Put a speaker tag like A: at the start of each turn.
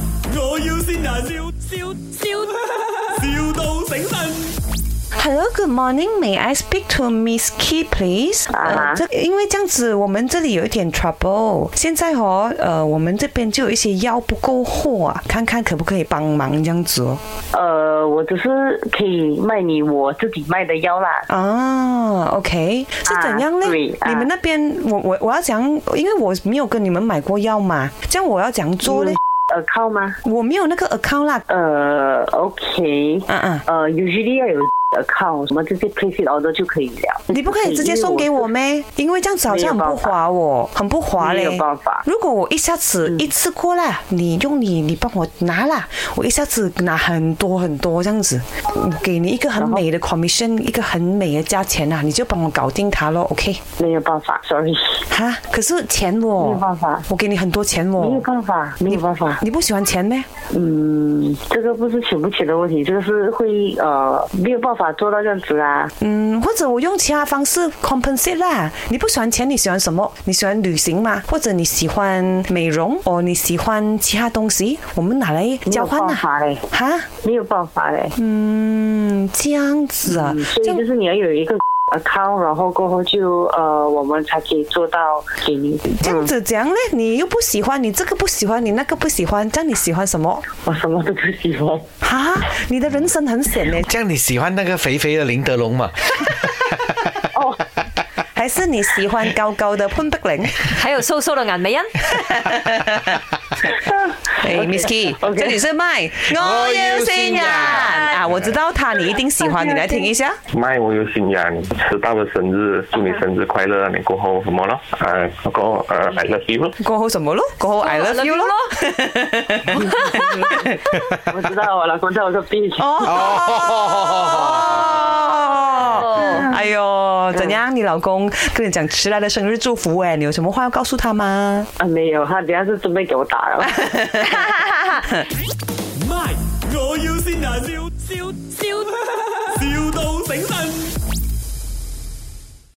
A: 要先人，笑笑笑，,笑到醒神。
B: Hello, good morning. May I speak to Miss Key, please?
C: 啊
B: 呃，这因为这样子，我们这里有一点 trouble。现在哦，呃，我们这边就有一些药不够货啊，看看可不可以帮忙这样子哦。
C: 呃，我只是可以卖你我自己卖的药啦。
B: 啊，OK，是怎样呢？
C: 对啊
B: 你们那边，我我我要讲，因为我没有跟你们买过药嘛，这样我要讲做呢？
C: 呃，靠吗？
B: 我没有那个 account 啦。
C: 呃，OK，
B: 嗯嗯，
C: 呃，usually 要有 account，什么这些 preset order 就可以了。
B: 你不可以直接送给我咩？因为这样子好像很不划我，很不划
C: 没
B: 嘞
C: 有。办法
B: 如果我一下子一次过啦，你用你你帮我拿啦，我一下子拿很多很多这样子，嗯给你一个很美的 commission，一个很美的价钱啊，你就帮我搞定它咯，OK？
C: 没有办法，sorry，
B: 哈，可是钱我
C: 没有办法
B: 我给你很多钱
C: 没有
B: 我，
C: 办法，没有办法。
B: 你不喜欢钱咩？
C: 嗯，这个不是请不起的问题，这个是会呃没有办法做到这样子啊。
B: 嗯，或者我用其他方式 compensate 啦。你不喜欢钱，你喜欢什么？你喜欢旅行吗？或者你喜欢美容，哦，你喜欢其他东西？我们拿来交换
C: 没有办
B: 啊。
C: 法嘞，
B: 哈，
C: 没有办法嘞。
B: 嗯，这样子啊，
C: 嗯，所
B: 这
C: 以
B: 样
C: 就是你要有一个 account，然后过后就呃，我们才可以做到给你。
B: 这样子讲呢？你又不喜欢，你这个不喜欢，你那个不喜欢，这样你喜欢什么？
C: 我什么都不喜欢。
B: 哈，你的人生很险呢，
D: 这样你喜欢那个肥肥的林德龙 嘛？
C: 哦，
B: 还是你喜欢高高的潘碧玲？
E: 还有瘦瘦的眼美 欣，
B: 哎
C: OK，
B: m i s k y
C: OK
B: 这里是麦，我要新人啊！我知道他，你一定喜欢，你来听一下。
F: 麦我有信仰，迟到的生日，祝你生日快乐！你过后什么咯？呃，过后呃，I love you。
B: 过后什么咯？过后 I love you 咯。
C: 我知道，我老公在我隔壁。
E: 哦
B: 哦。哎呦，怎样？你老公跟你讲迟来的生日祝福哎，你有什么话要告诉他吗？
C: 啊，没有，他等下是准备给我打了。
A: My，我要先人，笑笑笑，,笑到